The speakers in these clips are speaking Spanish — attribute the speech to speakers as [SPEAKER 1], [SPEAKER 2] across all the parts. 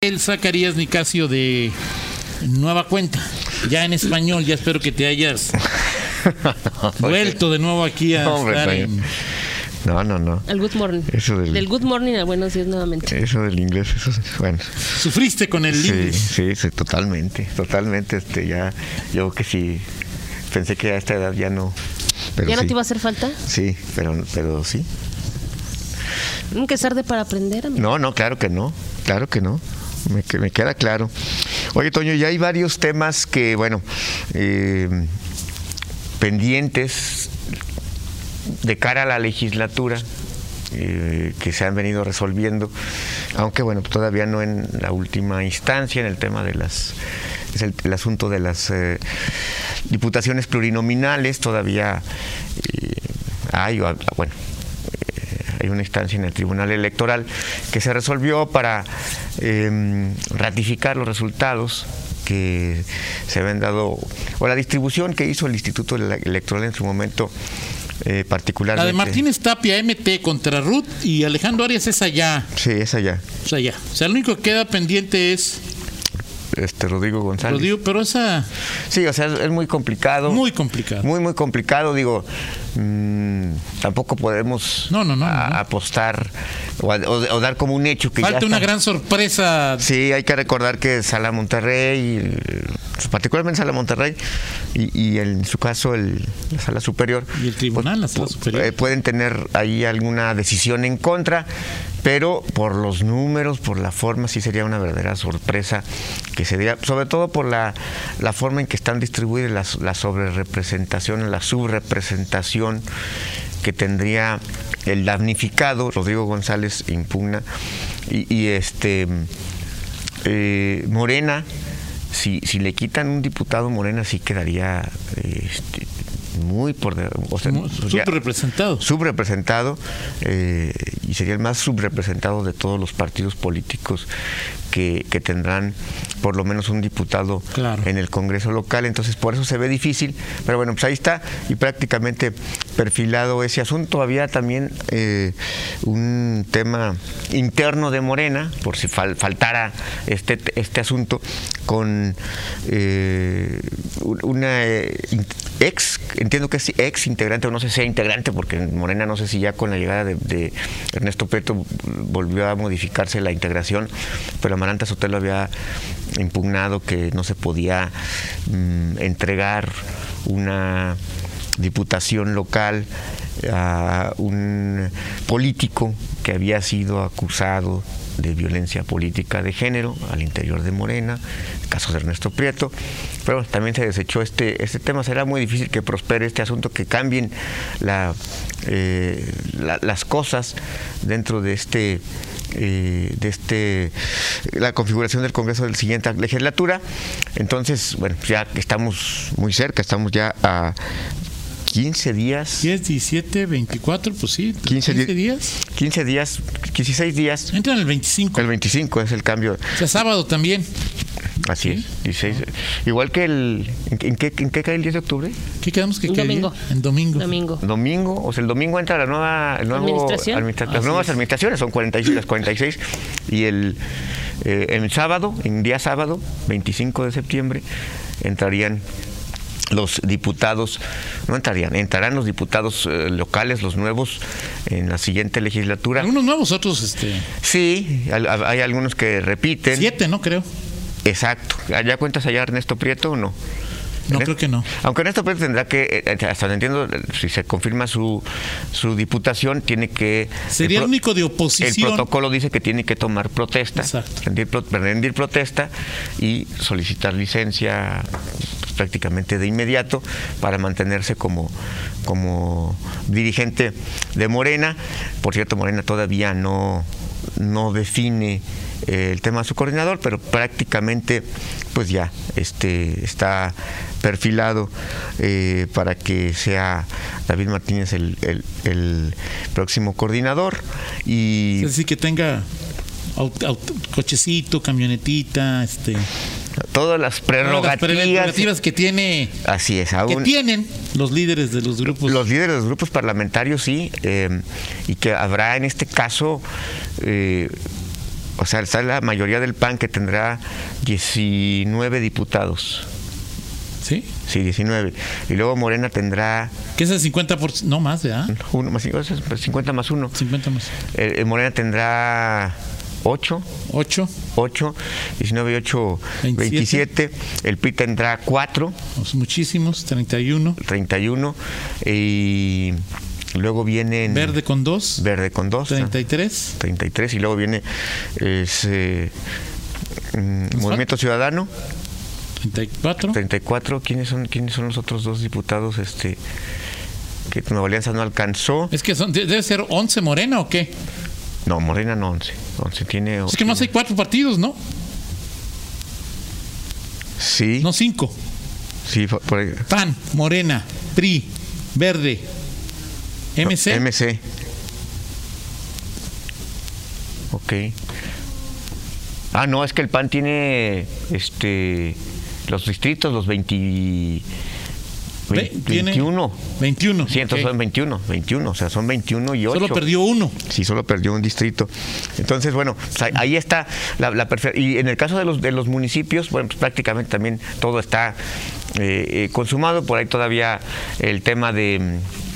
[SPEAKER 1] Gabriel Zacarías Nicasio de Nueva Cuenta, ya en español, ya espero que te hayas vuelto de nuevo aquí a
[SPEAKER 2] No, hombre,
[SPEAKER 1] estar
[SPEAKER 2] señor.
[SPEAKER 1] en-
[SPEAKER 2] No, no, no.
[SPEAKER 3] Al good morning.
[SPEAKER 2] Eso del-
[SPEAKER 3] good morning al buenos días nuevamente.
[SPEAKER 2] Eso del inglés, eso es bueno.
[SPEAKER 1] Sufriste con el
[SPEAKER 2] Sí,
[SPEAKER 1] libro.
[SPEAKER 2] sí, sí, totalmente, totalmente. Este, ya, yo que sí, pensé que a esta edad ya no. Pero
[SPEAKER 3] ¿Ya no
[SPEAKER 2] sí.
[SPEAKER 3] te iba a hacer falta?
[SPEAKER 2] Sí, pero, pero sí.
[SPEAKER 3] Nunca es tarde para aprender, amigo.
[SPEAKER 2] No, no, claro que no, claro que no. Me, que- me queda claro. Oye, Toño, ya hay varios temas que, bueno, eh, pendientes de cara a la legislatura. eh, que se han venido resolviendo, aunque bueno, todavía no en la última instancia en el tema de las, es el, el asunto de las eh, diputaciones plurinominales, todavía eh, hay, o- bueno, eh, hay una instancia en el Tribunal Electoral que se resolvió para eh, ratificar los resultados que se habían dado, o la distribución que hizo el Instituto Ele- Electoral en su momento eh, particularmente.
[SPEAKER 1] La de Martínez Tapia, MT contra Ruth y Alejandro Arias es allá.
[SPEAKER 2] Sí, es allá.
[SPEAKER 1] O sea, ya. O sea, lo único que queda pendiente es.
[SPEAKER 2] Este, Rodrigo González.
[SPEAKER 1] Lo digo, pero esa.
[SPEAKER 2] Sí, o sea, es es muy complicado.
[SPEAKER 1] Muy complicado.
[SPEAKER 2] Muy, muy complicado, digo. mm, tampoco podemos
[SPEAKER 1] No, no, no,
[SPEAKER 2] a-
[SPEAKER 1] no.
[SPEAKER 2] apostar o, a- o- o dar como un hecho que ya
[SPEAKER 1] Falta una
[SPEAKER 2] está.
[SPEAKER 1] gran sorpresa.
[SPEAKER 2] Sí, hay que recordar que Sala Monterrey, eh, particularmente Sala Monterrey, y, y en su caso el, la Sala Superior.
[SPEAKER 1] Y el tribunal, la sala
[SPEAKER 2] pu-
[SPEAKER 1] superior.
[SPEAKER 2] eh, pueden tener ahí alguna decisión en contra, pero por los números, por la forma, sí sería una verdadera sorpresa que se diera, sobre todo por la, la forma en que están distribuidas las- la, sobrerepresentación, la subrepresentación que tendría el damnificado, Rodrigo González impugna, y, y este eh, Morena, si, si le quitan un diputado Morena, sí quedaría eh, este, muy por de- o sea,
[SPEAKER 1] mu-
[SPEAKER 2] pues, ya-
[SPEAKER 1] Subrepresentado.
[SPEAKER 2] subrepresentado eh, y sería el más subrepresentado de todos los partidos políticos que, que tendrán por lo menos un diputado
[SPEAKER 1] Claro.
[SPEAKER 2] en el Congreso local. Entonces, por eso se ve difícil. Pero bueno, pues ahí está y prácticamente perfilado ese asunto. Había también eh, un tema interno de Morena, por si fal- faltara este, este asunto, con eh, un- una eh, in- ex, entiendo que es ex integrante, o no sé si sea integrante, porque en Morena no sé si ya con la llegada de, de Ernesto Prieto volvió a modificarse la integración, pero Amaranta Sotelo había impugnado que no se podía mm, entregar una diputación local a un político que había sido acusado de violencia política de género al interior de Morena, el caso de Ernesto Prieto, pero bueno, también se desechó este, este tema, será muy difícil que prospere este asunto, que cambien la, eh, la- las cosas dentro de este eh, de este la configuración del Congreso de la siguiente legislatura. Entonces, bueno, ya estamos muy cerca, estamos ya a 15 días,
[SPEAKER 1] 10, 17, 24, pues sí. 15,
[SPEAKER 2] 15 di-
[SPEAKER 1] días.
[SPEAKER 2] 15 días, 16 días.
[SPEAKER 1] Entra en el 25.
[SPEAKER 2] El 25 es el cambio,
[SPEAKER 1] O sea, sábado también.
[SPEAKER 2] así es. 16. Igual que el. ¿en, en qué, en qué cae el 10 de octubre?
[SPEAKER 1] ¿Qué quedamos que
[SPEAKER 3] Un
[SPEAKER 1] qué día?
[SPEAKER 3] domingo.
[SPEAKER 1] En domingo.
[SPEAKER 3] Domingo.
[SPEAKER 2] Domingo, o sea, el domingo entra la nueva el nuevo
[SPEAKER 3] Administración.
[SPEAKER 2] administra- las
[SPEAKER 1] Así
[SPEAKER 2] nuevas
[SPEAKER 1] es.
[SPEAKER 2] administraciones, son 46, las 46. Y el, eh, el sábado, en día sábado, 25 de septiembre, entrarían los diputados, no entrarían, entrarán los diputados eh, locales, los nuevos, en la siguiente legislatura.
[SPEAKER 1] Algunos nuevos, otros, este.
[SPEAKER 2] Sí, al- a- hay algunos que repiten.
[SPEAKER 1] Siete, ¿no? Creo.
[SPEAKER 2] Exacto. ¿Ya cuentas allá Ernesto Prieto o no?
[SPEAKER 1] No,
[SPEAKER 2] Ernest-
[SPEAKER 1] creo que no.
[SPEAKER 2] Aunque Ernesto Prieto tendrá que, eh, hasta donde entiendo, eh, si se confirma su, su diputación, tiene que...
[SPEAKER 1] Sería el,
[SPEAKER 2] pro-
[SPEAKER 1] único de
[SPEAKER 2] El
[SPEAKER 1] oposición.
[SPEAKER 2] protocolo dice que tiene que tomar protesta,
[SPEAKER 1] Exacto.
[SPEAKER 2] rendir, pro- rendir protesta y solicitar licencia pues, prácticamente de inmediato para mantenerse como, como dirigente de Morena. Por cierto, Morena todavía no, no define eh, el tema de su coordinador, pero prácticamente pues ya este, está perfilado eh, para que sea David Martínez el, el- el próximo coordinador y
[SPEAKER 1] Es decir, que tenga aut- aut- cochecito, camionetita, este.
[SPEAKER 2] todas las prerrogativas,
[SPEAKER 1] Las prerrogativas que tiene
[SPEAKER 2] así es
[SPEAKER 1] que pues,
[SPEAKER 2] aún
[SPEAKER 1] tienen los líderes de los grupos
[SPEAKER 2] los líderes de los grupos parlamentarios sí eh, y que habrá en este caso eh, o sea, está la mayoría del PAN que tendrá 19 diputados.
[SPEAKER 1] ¿Sí?
[SPEAKER 2] Sí, 19. Y luego Morena tendrá
[SPEAKER 1] Que es el 50%, no más, ¿verdad?
[SPEAKER 2] uno más cinco, eso es 50 más 1.
[SPEAKER 1] 50 más.
[SPEAKER 2] Morena tendrá 8,
[SPEAKER 1] 8.
[SPEAKER 2] 8, 19 y 8,
[SPEAKER 1] 27.
[SPEAKER 2] 27. El PRI tendrá 4,
[SPEAKER 1] pues Muchísimos, 31.
[SPEAKER 2] 31. Y luego vienen
[SPEAKER 1] Verde con 2.
[SPEAKER 2] Mm. Verde con 2,
[SPEAKER 1] 33.
[SPEAKER 2] 33. Y luego viene ese, mm, Movimiento Ciudadano.
[SPEAKER 1] 34.
[SPEAKER 2] 34, ¿quiénes son, quiénes son los otros dos diputados este, que Nueva Alianza no alcanzó?
[SPEAKER 1] Es que son, de- debe ser 11 Morena o qué?
[SPEAKER 2] No, Morena no, 11. 11 tiene...
[SPEAKER 1] Es que más hay cuatro partidos, ¿no?
[SPEAKER 2] Sí,
[SPEAKER 1] No cinco.
[SPEAKER 2] sí, fue por ahí.
[SPEAKER 1] PAN, Morena, PRI, Verde, MC.
[SPEAKER 2] MC. Ok. Ah, no, es que el PAN tiene este los distritos, los 20,
[SPEAKER 1] Ve- tiene
[SPEAKER 2] 21.
[SPEAKER 1] 21.
[SPEAKER 2] Sí, entonces
[SPEAKER 1] ok.
[SPEAKER 2] son 21, 21, o sea, son 21 y 8.
[SPEAKER 1] Solo perdió uno.
[SPEAKER 2] Sí, solo perdió un distrito. Entonces, bueno, o sea, ahí está la, la perfe- Y en el caso de los, de los municipios, bueno, pues prácticamente también todo está eh, eh, consumado. Por ahí todavía el tema de mm,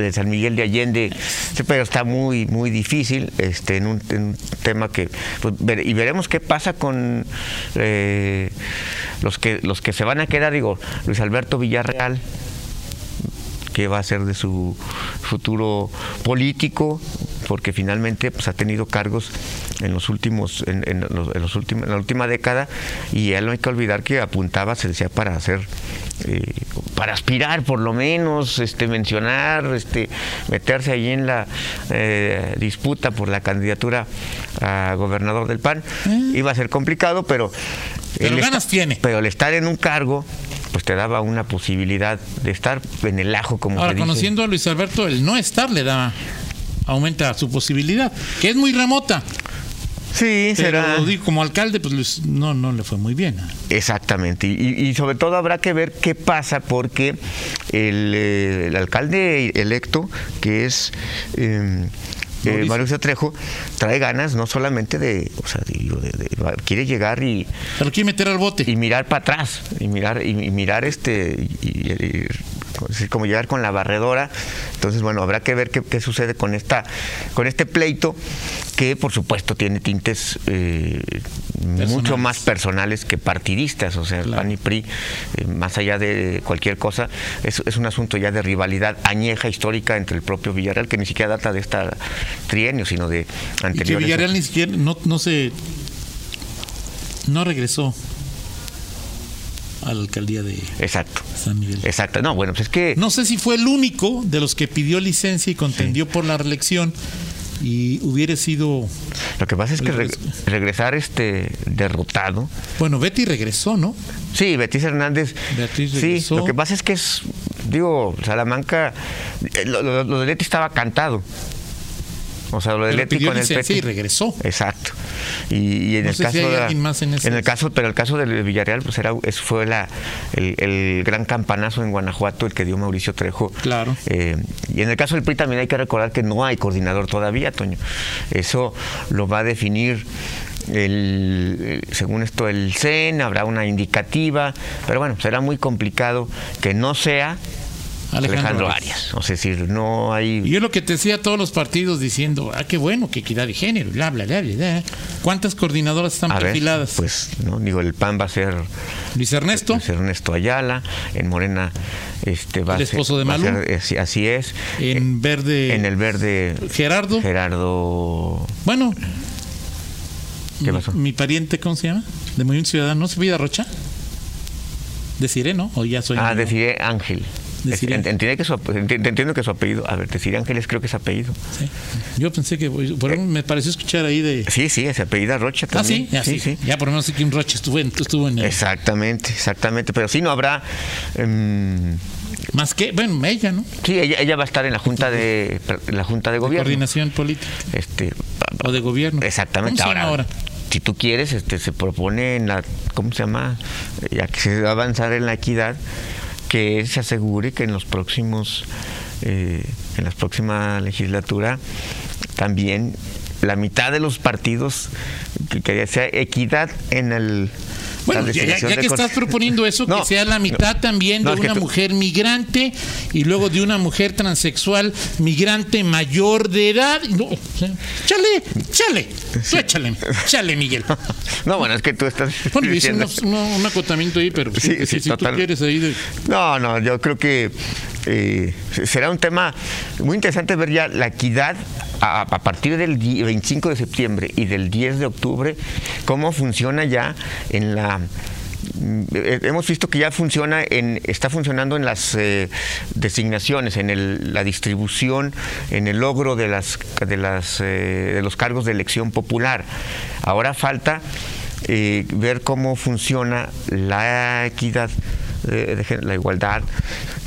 [SPEAKER 2] de San Miguel de Allende, sí, pero está muy muy difícil este en un, en un tema que pues, vere- y veremos qué pasa con eh, los que los que se van a quedar digo Luis Alberto Villarreal qué va a ser de su futuro político, porque finalmente pues, ha tenido cargos en los últimos, en, en los, en los últimos, en la última década, y él no hay que olvidar que apuntaba, se decía, para hacer, eh, para aspirar por lo menos, este, mencionar, este, meterse ahí en la eh, disputa por la candidatura a gobernador del PAN. Iba a ser complicado, pero
[SPEAKER 1] Mm. Pero
[SPEAKER 2] el
[SPEAKER 1] ganas
[SPEAKER 2] esta-
[SPEAKER 1] tiene.
[SPEAKER 2] Pero el estar en un cargo, pues te daba una posibilidad de estar en el ajo, como se
[SPEAKER 1] Ahora,
[SPEAKER 2] dice.
[SPEAKER 1] conociendo a Luis Alberto, el no estar le da aumenta su posibilidad, que es muy remota.
[SPEAKER 2] Sí, será.
[SPEAKER 1] Pero digo, como alcalde, pues Luis, no, no le fue muy bien.
[SPEAKER 2] Exactamente. Y, y- y sobre todo habrá que ver qué pasa, porque el, eh, el alcalde electo, que es. eh, eh,
[SPEAKER 1] Mauricio.
[SPEAKER 2] Mauricio Trejo trae ganas no solamente de, o sea, digo, de- de- quiere llegar y,
[SPEAKER 1] Pero quiere meter al bote.
[SPEAKER 2] y mirar para atrás y mirar y, y mirar este y, y- pues, y- así como llegar con la barredora entonces bueno habrá que ver qué, qué sucede con esta con este pleito que por supuesto tiene tintes eh, mucho
[SPEAKER 1] Personales.
[SPEAKER 2] más personales que partidistas o sea el
[SPEAKER 1] Claro.
[SPEAKER 2] PAN y PRI eh, más allá de cualquier cosa es, es un asunto ya de rivalidad añeja histórica entre el propio Villarreal que ni siquiera data de esta trienio sino de
[SPEAKER 1] Y que
[SPEAKER 2] anteriores
[SPEAKER 1] Villarreal ni siquiera no, no se no regresó a la alcaldía de
[SPEAKER 2] exacto
[SPEAKER 1] San Miguel.
[SPEAKER 2] exacto no bueno pues es que
[SPEAKER 1] No sé si fue el único de los que pidió licencia y contendió por la reelección y hubiera sido
[SPEAKER 2] Lo que pasa es que re- regresar este derrotado.
[SPEAKER 1] bueno, Betty regresó, ¿no?
[SPEAKER 2] Sí, Betis Hernández.
[SPEAKER 1] Betis
[SPEAKER 2] sí,
[SPEAKER 1] regresó.
[SPEAKER 2] lo que pasa es que es, digo, Salamanca, eh, lo, lo- lo de Leti estaba cantado. O sea, lo de
[SPEAKER 1] Pero
[SPEAKER 2] Leti
[SPEAKER 1] pidió
[SPEAKER 2] con el
[SPEAKER 1] licencia y
[SPEAKER 2] Petit.
[SPEAKER 1] regresó.
[SPEAKER 2] Exacto. Y, y en
[SPEAKER 1] No
[SPEAKER 2] el
[SPEAKER 1] sé si
[SPEAKER 2] caso
[SPEAKER 1] hay
[SPEAKER 2] de-
[SPEAKER 1] alguien más en ese-
[SPEAKER 2] el caso, pero el caso del Villarreal pues era es- fue la el, el gran campanazo en Guanajuato el que dio Mauricio Trejo.
[SPEAKER 1] Claro.
[SPEAKER 2] Eh, y en el caso del PRI también hay que recordar que no hay coordinador todavía, Toño. Eso lo va a definir el, el- según esto el CEN, habrá una indicativa, pero bueno, será muy complicado que no sea Alejandro, Arias. O sea, es decir, no hay
[SPEAKER 1] Y yo lo que te decía a todos los partidos diciendo, ah, qué bueno, que equidad de género, bla, bla, bla, bla, bla. ¿Cuántas coordinadoras están
[SPEAKER 2] a ver,
[SPEAKER 1] perfiladas?
[SPEAKER 2] pues no digo el PAN va a ser
[SPEAKER 1] Luis Ernesto,
[SPEAKER 2] Luis Ernesto Ayala, en Morena este va
[SPEAKER 1] El
[SPEAKER 2] a ser-
[SPEAKER 1] esposo de
[SPEAKER 2] va a
[SPEAKER 1] Malú.
[SPEAKER 2] ser- así- así es.
[SPEAKER 1] en verde,
[SPEAKER 2] eh, En el verde
[SPEAKER 1] Gerardo.
[SPEAKER 2] Gerardo
[SPEAKER 1] Bueno, mi,
[SPEAKER 2] ¿Qué pasó?
[SPEAKER 1] mi pariente, ¿cómo se llama? De Movimiento Ciudadano, ¿se pide Rocha? Deciré, ¿no? O ya soy.
[SPEAKER 2] Ah,
[SPEAKER 1] amigo.
[SPEAKER 2] deciré Ángel.
[SPEAKER 1] Desiree.
[SPEAKER 2] Ent- Entiendo que, su, ap- ent- entiendo que su apellido, a ver, decir Ángeles creo que es apellido.
[SPEAKER 1] Sí. Yo pensé que, pues,
[SPEAKER 2] Eh.
[SPEAKER 1] por ejemplo, me pareció escuchar ahí de.
[SPEAKER 2] Sí, sí, es apellido Rocha
[SPEAKER 1] Ah,
[SPEAKER 2] también.
[SPEAKER 1] sí, ya, sí, ya por lo menos sé que un Rocha estuvo en, estuvo en el-
[SPEAKER 2] Exactamente, exactamente. Pero sí no habrá. em,
[SPEAKER 1] Más que, bueno, ella, ¿no?
[SPEAKER 2] sí, ella, ella va a estar en la junta de en la junta de gobierno.
[SPEAKER 1] Coordinación política
[SPEAKER 2] este,
[SPEAKER 1] o de gobierno.
[SPEAKER 2] Exactamente.
[SPEAKER 1] ¿Cómo se
[SPEAKER 2] Ahora,
[SPEAKER 1] llama ahora?
[SPEAKER 2] si tú quieres, este, se propone en la, ¿cómo se llama? Ya que se va a avanzar en la equidad, que se asegure que en los próximos, eh, en la próxima legislatura también la mitad de los partidos que quería sea equidad en el
[SPEAKER 1] Bueno, ya,
[SPEAKER 2] la
[SPEAKER 1] ya- ya
[SPEAKER 2] designación de
[SPEAKER 1] que
[SPEAKER 2] cor-
[SPEAKER 1] estás proponiendo eso,
[SPEAKER 2] No,
[SPEAKER 1] que sea la mitad
[SPEAKER 2] no.
[SPEAKER 1] también
[SPEAKER 2] No,
[SPEAKER 1] de
[SPEAKER 2] es que
[SPEAKER 1] una
[SPEAKER 2] tú-
[SPEAKER 1] mujer migrante y luego de una mujer transexual migrante mayor de edad. No, o sea, chale, chale, tú échale, chale, Miguel.
[SPEAKER 2] No, bueno, es que tú estás
[SPEAKER 1] Bueno, yo hice
[SPEAKER 2] diciendo-
[SPEAKER 1] unos- uno- un acotamiento ahí, pero sí,
[SPEAKER 2] Sí,
[SPEAKER 1] que
[SPEAKER 2] sí,
[SPEAKER 1] sí, si tú
[SPEAKER 2] total.
[SPEAKER 1] quieres ahí. de-
[SPEAKER 2] No, no, yo creo que eh, será un tema muy interesante ver ya la equidad a, a partir del di- 25 de septiembre y del 10 de octubre, cómo funciona ya en la... mm, eh, Hemos visto que ya funciona en, está funcionando en las eh, designaciones, en el- la distribución, en el logro de las de las eh, de los cargos de elección popular. Ahora falta eh, ver cómo funciona la equidad eh, de género, la igualdad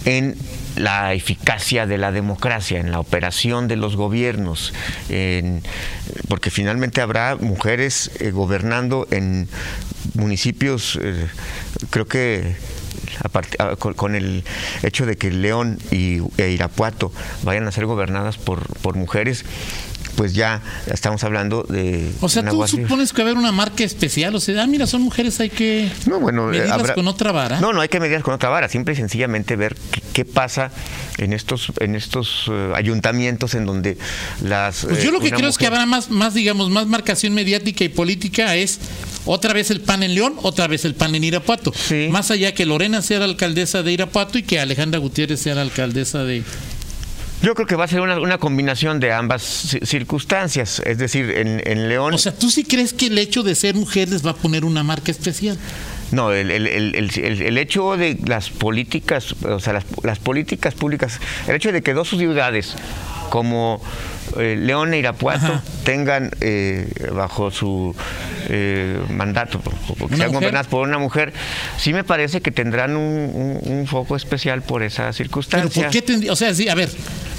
[SPEAKER 2] en la eficacia de la democracia, en la operación de los gobiernos, en- porque finalmente habrá mujeres eh, gobernando en municipios, eh, creo que a part- a- con, con el hecho de que León y e Irapuato vayan a ser gobernadas por, por mujeres, pues ya estamos hablando de...
[SPEAKER 1] O sea,
[SPEAKER 2] una
[SPEAKER 1] tú
[SPEAKER 2] aguas-
[SPEAKER 1] supones que va a haber una marca especial. O sea, ah, mira, son mujeres, hay que
[SPEAKER 2] no, bueno, eh,
[SPEAKER 1] medirlas
[SPEAKER 2] habrá-
[SPEAKER 1] con otra vara.
[SPEAKER 2] No, no hay que medirlas con otra vara, simple y sencillamente ver qué, qué pasa en estos en estos eh, ayuntamientos en donde las
[SPEAKER 1] Pues
[SPEAKER 2] eh,
[SPEAKER 1] yo lo que
[SPEAKER 2] una
[SPEAKER 1] creo es que
[SPEAKER 2] mujer-
[SPEAKER 1] habrá más, más, digamos, más marcación mediática y política es otra vez el PAN en León, otra vez el PAN en Irapuato.
[SPEAKER 2] Sí.
[SPEAKER 1] Más allá que Lorena sea la alcaldesa de Irapuato y que Alejandra Gutiérrez sea la alcaldesa de...
[SPEAKER 2] Yo creo que va a ser una, una combinación de ambas ci- circunstancias, es decir, en, en León
[SPEAKER 1] O sea, ¿tú sí crees que el hecho de ser mujer les va a poner una marca especial?
[SPEAKER 2] No, el, el- el- el- el- el hecho de las políticas, o sea, las, las políticas públicas, el hecho de que dos ciudades como eh, León e Irapuato
[SPEAKER 1] Ajá.
[SPEAKER 2] tengan eh, bajo su eh, mandato, porque
[SPEAKER 1] ¿Una
[SPEAKER 2] sean
[SPEAKER 1] mujer?
[SPEAKER 2] gobernadas por una mujer, sí me parece que tendrán un, un- un foco especial por esa
[SPEAKER 1] Pero
[SPEAKER 2] circunstancia.
[SPEAKER 1] ¿por qué tendría? O sea, sí, a ver,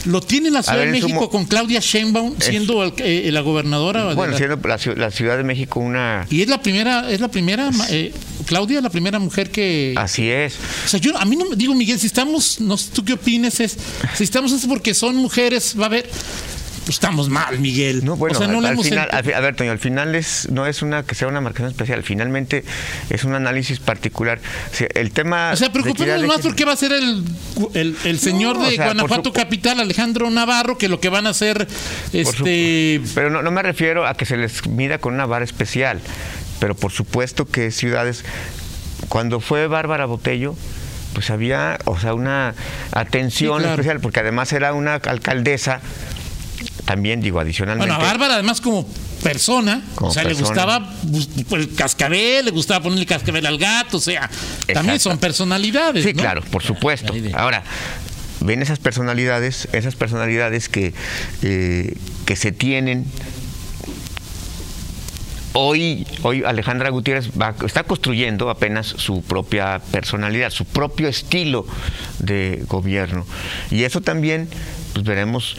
[SPEAKER 1] lo tiene la Ciudad
[SPEAKER 2] ver,
[SPEAKER 1] de
[SPEAKER 2] en su
[SPEAKER 1] México
[SPEAKER 2] mo-
[SPEAKER 1] con Claudia Sheinbaum siendo al- eh, la gobernadora. de
[SPEAKER 2] Bueno,
[SPEAKER 1] la-
[SPEAKER 2] siendo la, ciu- la Ciudad de México una...
[SPEAKER 1] Y es la primera, es la primera, ma- eh, Claudia, la primera mujer que...
[SPEAKER 2] Así es.
[SPEAKER 1] O sea, yo a mí no me digo, Miguel, si estamos, no sé tú qué opines, es, si estamos es porque son mujeres, va a haber, pues estamos mal, Miguel.
[SPEAKER 2] No, bueno,
[SPEAKER 1] o sea, no
[SPEAKER 2] al,
[SPEAKER 1] lo
[SPEAKER 2] al
[SPEAKER 1] hemos
[SPEAKER 2] final,
[SPEAKER 1] ent-
[SPEAKER 2] al fi- a ver, Toño, al final es, no es una que sea una marcación especial, finalmente es un análisis particular. O sea, el tema.
[SPEAKER 1] O sea,
[SPEAKER 2] ah, de equidad
[SPEAKER 1] preocupémonos
[SPEAKER 2] de
[SPEAKER 1] más
[SPEAKER 2] género-
[SPEAKER 1] porque va a ser el, el, el señor
[SPEAKER 2] No, o
[SPEAKER 1] de
[SPEAKER 2] sea, por
[SPEAKER 1] Guanajuato
[SPEAKER 2] supu-
[SPEAKER 1] Capital, Alejandro Navarro, que lo que van a hacer,
[SPEAKER 2] por su-
[SPEAKER 1] este...
[SPEAKER 2] Pero no, no me refiero a que se les mida con una vara especial, pero por supuesto que ciudades. Cuando fue Bárbara Botello, pues había, o sea, una atención
[SPEAKER 1] Sí, claro.
[SPEAKER 2] especial, porque además era una alcaldesa, también digo, adicionalmente.
[SPEAKER 1] Bueno, a Bárbara, además, como persona,
[SPEAKER 2] Como
[SPEAKER 1] o sea, le
[SPEAKER 2] persona.
[SPEAKER 1] gustaba bus- el cascabel, le gustaba ponerle cascabel al gato, o sea, también
[SPEAKER 2] Exacto.
[SPEAKER 1] son personalidades.
[SPEAKER 2] Sí,
[SPEAKER 1] ¿no?
[SPEAKER 2] claro, por supuesto.
[SPEAKER 1] ahí de-
[SPEAKER 2] Ahora, ven esas personalidades, esas personalidades que, eh, que se tienen. Hoy, hoy Alejandra Gutiérrez va- está construyendo apenas su propia personalidad, su propio estilo de gobierno. Y eso también, pues veremos,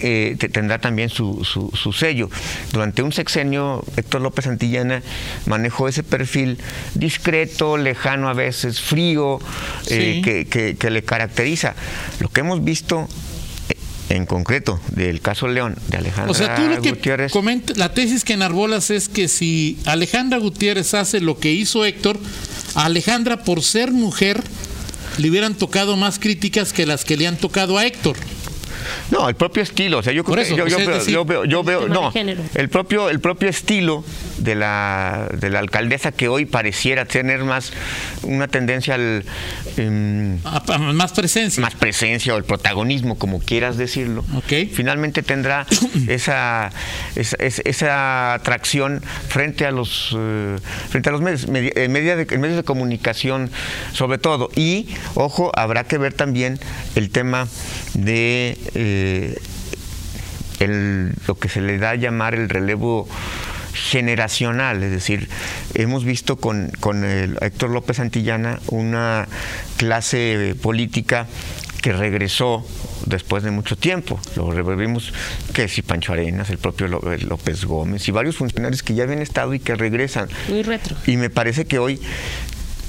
[SPEAKER 2] eh, te- tendrá también su, su- su sello. Durante un sexenio, Héctor López Santillana manejó ese perfil discreto, lejano a veces, frío, eh,
[SPEAKER 1] Sí.
[SPEAKER 2] que, que- que le caracteriza. Lo que hemos visto eh, en concreto del caso León, de Alejandra
[SPEAKER 1] O sea, tú lo que
[SPEAKER 2] Gutiérrez.
[SPEAKER 1] comenta- la tesis que enarbolas es que si Alejandra Gutiérrez hace lo que hizo Héctor, a Alejandra por ser mujer le hubieran tocado más críticas que las que le han tocado a Héctor.
[SPEAKER 2] No, el propio estilo. O sea, yo
[SPEAKER 1] Por
[SPEAKER 2] creo
[SPEAKER 1] eso,
[SPEAKER 2] que yo,
[SPEAKER 1] o
[SPEAKER 2] yo
[SPEAKER 1] sea, es
[SPEAKER 2] veo,
[SPEAKER 1] decir, este
[SPEAKER 2] yo veo, yo
[SPEAKER 3] el
[SPEAKER 2] veo-
[SPEAKER 3] tema de
[SPEAKER 2] no,
[SPEAKER 3] género.
[SPEAKER 2] el propio, el propio estilo de la, de la alcaldesa que hoy pareciera tener más una tendencia al em,
[SPEAKER 1] A- a más presencia.
[SPEAKER 2] más presencia o el protagonismo, como quieras decirlo,
[SPEAKER 1] Ok.
[SPEAKER 2] finalmente tendrá esa, esa, es- esa atracción frente a los eh, frente a los medios, medi- eh, media de- medios de comunicación sobre todo. Y, ojo, habrá que ver también el tema de eh, el- lo que se le da a llamar el relevo generacional, es decir, hemos visto con, con el Héctor López Antillana una clase eh, política que regresó después de mucho tiempo. Lo revivimos que si Pancho Arenas, el propio Ló- el López Gómez y varios funcionarios que ya habían estado y que regresan.
[SPEAKER 3] Muy retro.
[SPEAKER 2] Y me parece que hoy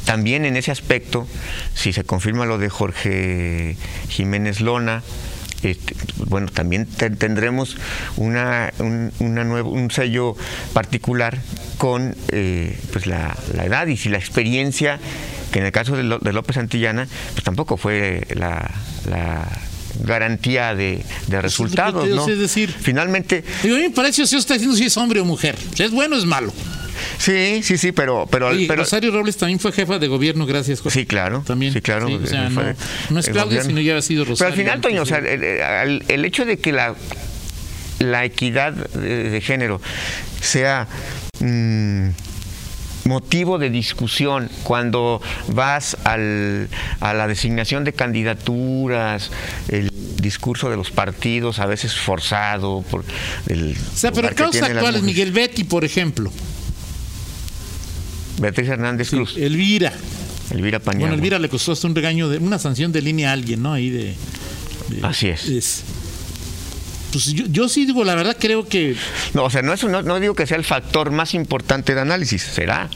[SPEAKER 2] también en ese aspecto, si se confirma lo de Jorge Jiménez Lona, este, bueno, también te- tendremos una, un, una nueva- un sello particular con eh, pues la, la edad y si la experiencia, que en el caso de, Ló- de López Santillana, pues tampoco fue la, la garantía de, de resultados.
[SPEAKER 1] digo,
[SPEAKER 2] ¿no?
[SPEAKER 1] sí, es decir-
[SPEAKER 2] finalmente,
[SPEAKER 1] Digo, a mí me parece si está diciendo si es hombre o mujer. Si es bueno o es malo.
[SPEAKER 2] sí, sí, sí, pero, pero,
[SPEAKER 1] Oye,
[SPEAKER 2] pero
[SPEAKER 1] Rosario Robles también fue jefa de gobierno, gracias, Jorge.
[SPEAKER 2] Pues Sí, claro.
[SPEAKER 1] También.
[SPEAKER 2] Sí, claro.
[SPEAKER 1] Sí, o sea,
[SPEAKER 2] eh,
[SPEAKER 1] no,
[SPEAKER 2] fue
[SPEAKER 1] no es
[SPEAKER 2] el
[SPEAKER 1] Claudia,
[SPEAKER 2] gobierno.
[SPEAKER 1] sino ya ha sido
[SPEAKER 2] Pero
[SPEAKER 1] Rosario. pues,
[SPEAKER 2] al final, Toño, o sea,
[SPEAKER 1] entonces,
[SPEAKER 2] el, el- al- el hecho de que la, la equidad de, de género sea mm, motivo de discusión cuando vas al- a la designación de candidaturas, el discurso de los partidos a veces forzado por el
[SPEAKER 1] O sea, pero
[SPEAKER 2] lugar que
[SPEAKER 1] causas
[SPEAKER 2] tienen las
[SPEAKER 1] actuales,
[SPEAKER 2] mujeres.
[SPEAKER 1] Miguel Betty, por ejemplo,
[SPEAKER 2] Beatriz Hernández Cruz,
[SPEAKER 1] Elvira.
[SPEAKER 2] Elvira Pañagua.
[SPEAKER 1] eh, Bueno, Elvira le costó hasta un regaño, de una sanción de línea a alguien, ¿no? Ahí de. de-
[SPEAKER 2] Así es.
[SPEAKER 1] Pues yo, yo sí digo, la verdad creo que.
[SPEAKER 2] No, o sea, no, es, no, no digo que sea el factor más importante de análisis, será.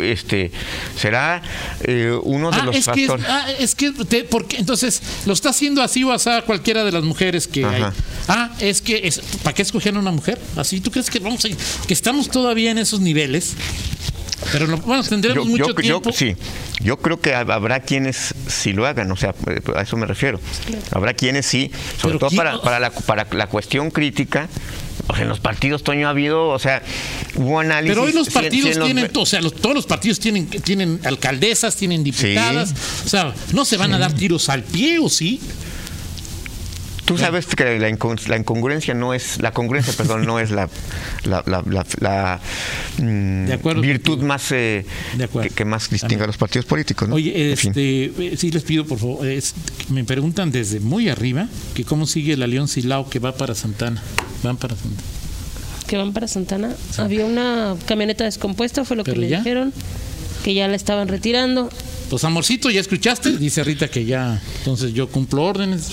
[SPEAKER 2] Este, será eh, uno de
[SPEAKER 1] Ah,
[SPEAKER 2] los
[SPEAKER 1] es que, es,
[SPEAKER 2] factores.
[SPEAKER 1] ah, es que te- porque, entonces lo está haciendo así o así cualquiera de las mujeres que hay.
[SPEAKER 2] Ajá.
[SPEAKER 1] Ah, es que es, ¿para qué escogieron a una mujer? Así tú crees que vamos a, que estamos todavía en esos niveles. Pero no- bueno, tendremos mucho tiempo.
[SPEAKER 2] sí, yo creo que hab- habrá quienes sí lo hagan, o sea, eh, a eso me refiero. Habrá quienes sí,
[SPEAKER 1] Pero
[SPEAKER 2] sobre todo
[SPEAKER 1] ¿quién-
[SPEAKER 2] para, para, la, para la cuestión crítica. O sea, en los partidos, Toño, ha habido, o sea, hubo análisis.
[SPEAKER 1] Pero hoy los
[SPEAKER 2] sí,
[SPEAKER 1] partidos
[SPEAKER 2] sí, en los-
[SPEAKER 1] tienen, o sea, los- todos los partidos tienen, tienen alcaldesas, tienen diputadas, o sea, no se van a dar tiros al pie, ¿o sí?
[SPEAKER 2] Tú sabes que la, incon- la incongruencia no es, la congruencia, perdón, no es la, la, la- la- la, mm,
[SPEAKER 1] De acuerdo.
[SPEAKER 2] virtud más eh,
[SPEAKER 1] De acuerdo.
[SPEAKER 2] que, que más distingue a los partidos políticos. ¿no?
[SPEAKER 1] Oye,
[SPEAKER 2] En fin.
[SPEAKER 1] este, eh, sí les pido por favor, es- me preguntan desde muy arriba que cómo sigue la León Silao que va para Santana, van para Santana.
[SPEAKER 3] que van para Santana. Había una camioneta descompuesta, fue lo que
[SPEAKER 1] ¿Pero
[SPEAKER 3] le
[SPEAKER 1] ya?
[SPEAKER 3] dijeron, que ya la estaban retirando.
[SPEAKER 1] Pues amorcito, ¿ya escuchaste? Dice Rita que ya, entonces yo cumplo órdenes.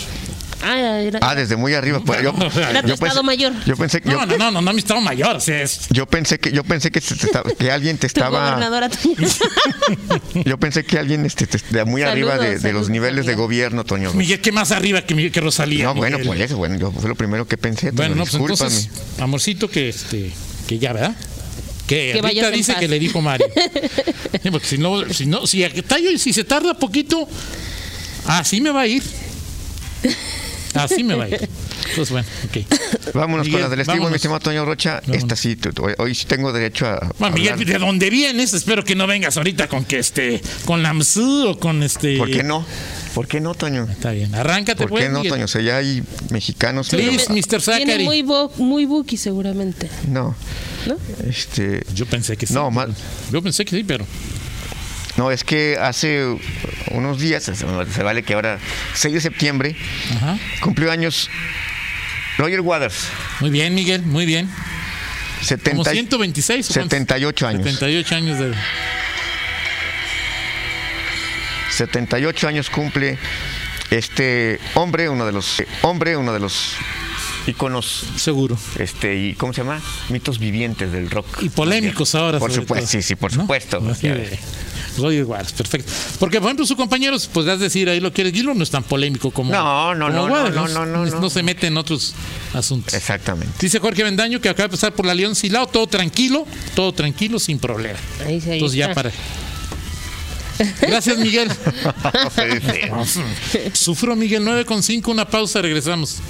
[SPEAKER 3] Ah, era-
[SPEAKER 2] Ah, desde muy arriba. pues, yo,
[SPEAKER 1] Era
[SPEAKER 3] tu estado mayor.
[SPEAKER 2] Yo pensé,
[SPEAKER 1] No,
[SPEAKER 2] yo,
[SPEAKER 1] no, no, no, no, mi estado mayor, o sea, es-
[SPEAKER 2] yo pensé que, yo pensé que, se te estaba- que alguien te
[SPEAKER 3] tu
[SPEAKER 2] estaba,
[SPEAKER 3] gobernadora Toño.
[SPEAKER 2] yo pensé que alguien este, te- de muy
[SPEAKER 3] Saludos,
[SPEAKER 2] arriba de, de
[SPEAKER 3] saludos,
[SPEAKER 2] los niveles de
[SPEAKER 3] amiga.
[SPEAKER 2] gobierno, Toño.
[SPEAKER 1] Miguel, ¿qué más arriba que, Miguel- que Rosalía?
[SPEAKER 2] no, bueno,
[SPEAKER 1] Miguel?
[SPEAKER 2] pues eso, bueno, yo fue lo primero que pensé. Toño,
[SPEAKER 1] Bueno, no, pues
[SPEAKER 2] discúlpame.
[SPEAKER 1] entonces, amorcito, que este, que ya, ¿verdad? Que,
[SPEAKER 3] Que
[SPEAKER 1] Rita
[SPEAKER 3] vayas en
[SPEAKER 1] dice
[SPEAKER 3] paz.
[SPEAKER 1] que le dijo Mario. Sí, porque si no, si no, si, a Tayo, si se tarda poquito, así me va a ir. Así me va a ir. Entonces, bueno, ok.
[SPEAKER 2] Vámonos
[SPEAKER 1] Miguel,
[SPEAKER 2] con la del estribo, mi
[SPEAKER 1] vámonos.
[SPEAKER 2] estimado Toño Rocha. Esta
[SPEAKER 1] Vámonos.
[SPEAKER 2] sí, tu- tu- hoy, hoy sí tengo derecho a. a
[SPEAKER 1] Bueno, Miguel,
[SPEAKER 2] hablar.
[SPEAKER 1] ¿de dónde vienes? Espero que no vengas ahorita con que este, con la MSU o con este.
[SPEAKER 2] ¿Por qué no? ¿Por qué no, Toño?
[SPEAKER 1] Está bien, arráncate,
[SPEAKER 2] ¿Por qué
[SPEAKER 1] pues.
[SPEAKER 2] no,
[SPEAKER 1] Miguel.
[SPEAKER 2] Toño? O sea, ya hay mexicanos. pero-
[SPEAKER 1] Please, Mr.
[SPEAKER 3] Tiene
[SPEAKER 1] Zachary.
[SPEAKER 3] muy, bo- muy buki seguramente,
[SPEAKER 2] No.
[SPEAKER 3] ¿no?
[SPEAKER 2] Este,
[SPEAKER 1] Yo pensé que sí.
[SPEAKER 2] No, mal-
[SPEAKER 1] Yo pensé que sí, pero.
[SPEAKER 2] no, es que hace unos días, se, se vale que ahora, 6 de septiembre,
[SPEAKER 1] Ajá.
[SPEAKER 2] cumplió años Roger Waters,
[SPEAKER 1] Muy bien, Miguel, muy bien.
[SPEAKER 2] 70,
[SPEAKER 1] Como 126 o cuántos?
[SPEAKER 2] 78 años.
[SPEAKER 1] 78 años de.
[SPEAKER 2] 78 años cumple este hombre, uno de los eh, hombre, uno de los íconos
[SPEAKER 1] Seguro.
[SPEAKER 2] este y cómo se llama mitos vivientes del rock
[SPEAKER 1] Y polémicos ahora.
[SPEAKER 2] por
[SPEAKER 1] sobre
[SPEAKER 2] supuesto
[SPEAKER 1] todo,
[SPEAKER 2] sí sí por
[SPEAKER 1] ¿no?
[SPEAKER 2] supuesto
[SPEAKER 1] Así
[SPEAKER 2] Ya
[SPEAKER 1] de-
[SPEAKER 2] ves.
[SPEAKER 1] Roger Waters, perfecto. Porque, por ejemplo, sus compañeros, podrás decir, ahí lo quieres, Gilbert no es tan polémico como.
[SPEAKER 2] No, no,
[SPEAKER 1] como
[SPEAKER 2] no, no,
[SPEAKER 1] Waters,
[SPEAKER 2] no, no, no, no.
[SPEAKER 1] No se mete en otros asuntos.
[SPEAKER 2] exactamente
[SPEAKER 1] Dice Jorge Bendaño que acaba de pasar por la León Silao, todo tranquilo, todo tranquilo, sin problema.
[SPEAKER 3] Ahí, ahí
[SPEAKER 1] Entonces ya
[SPEAKER 3] está.
[SPEAKER 1] para. Gracias, Miguel.
[SPEAKER 2] Sí, sí.
[SPEAKER 1] Sufro, Miguel, 9.5, una pausa, regresamos.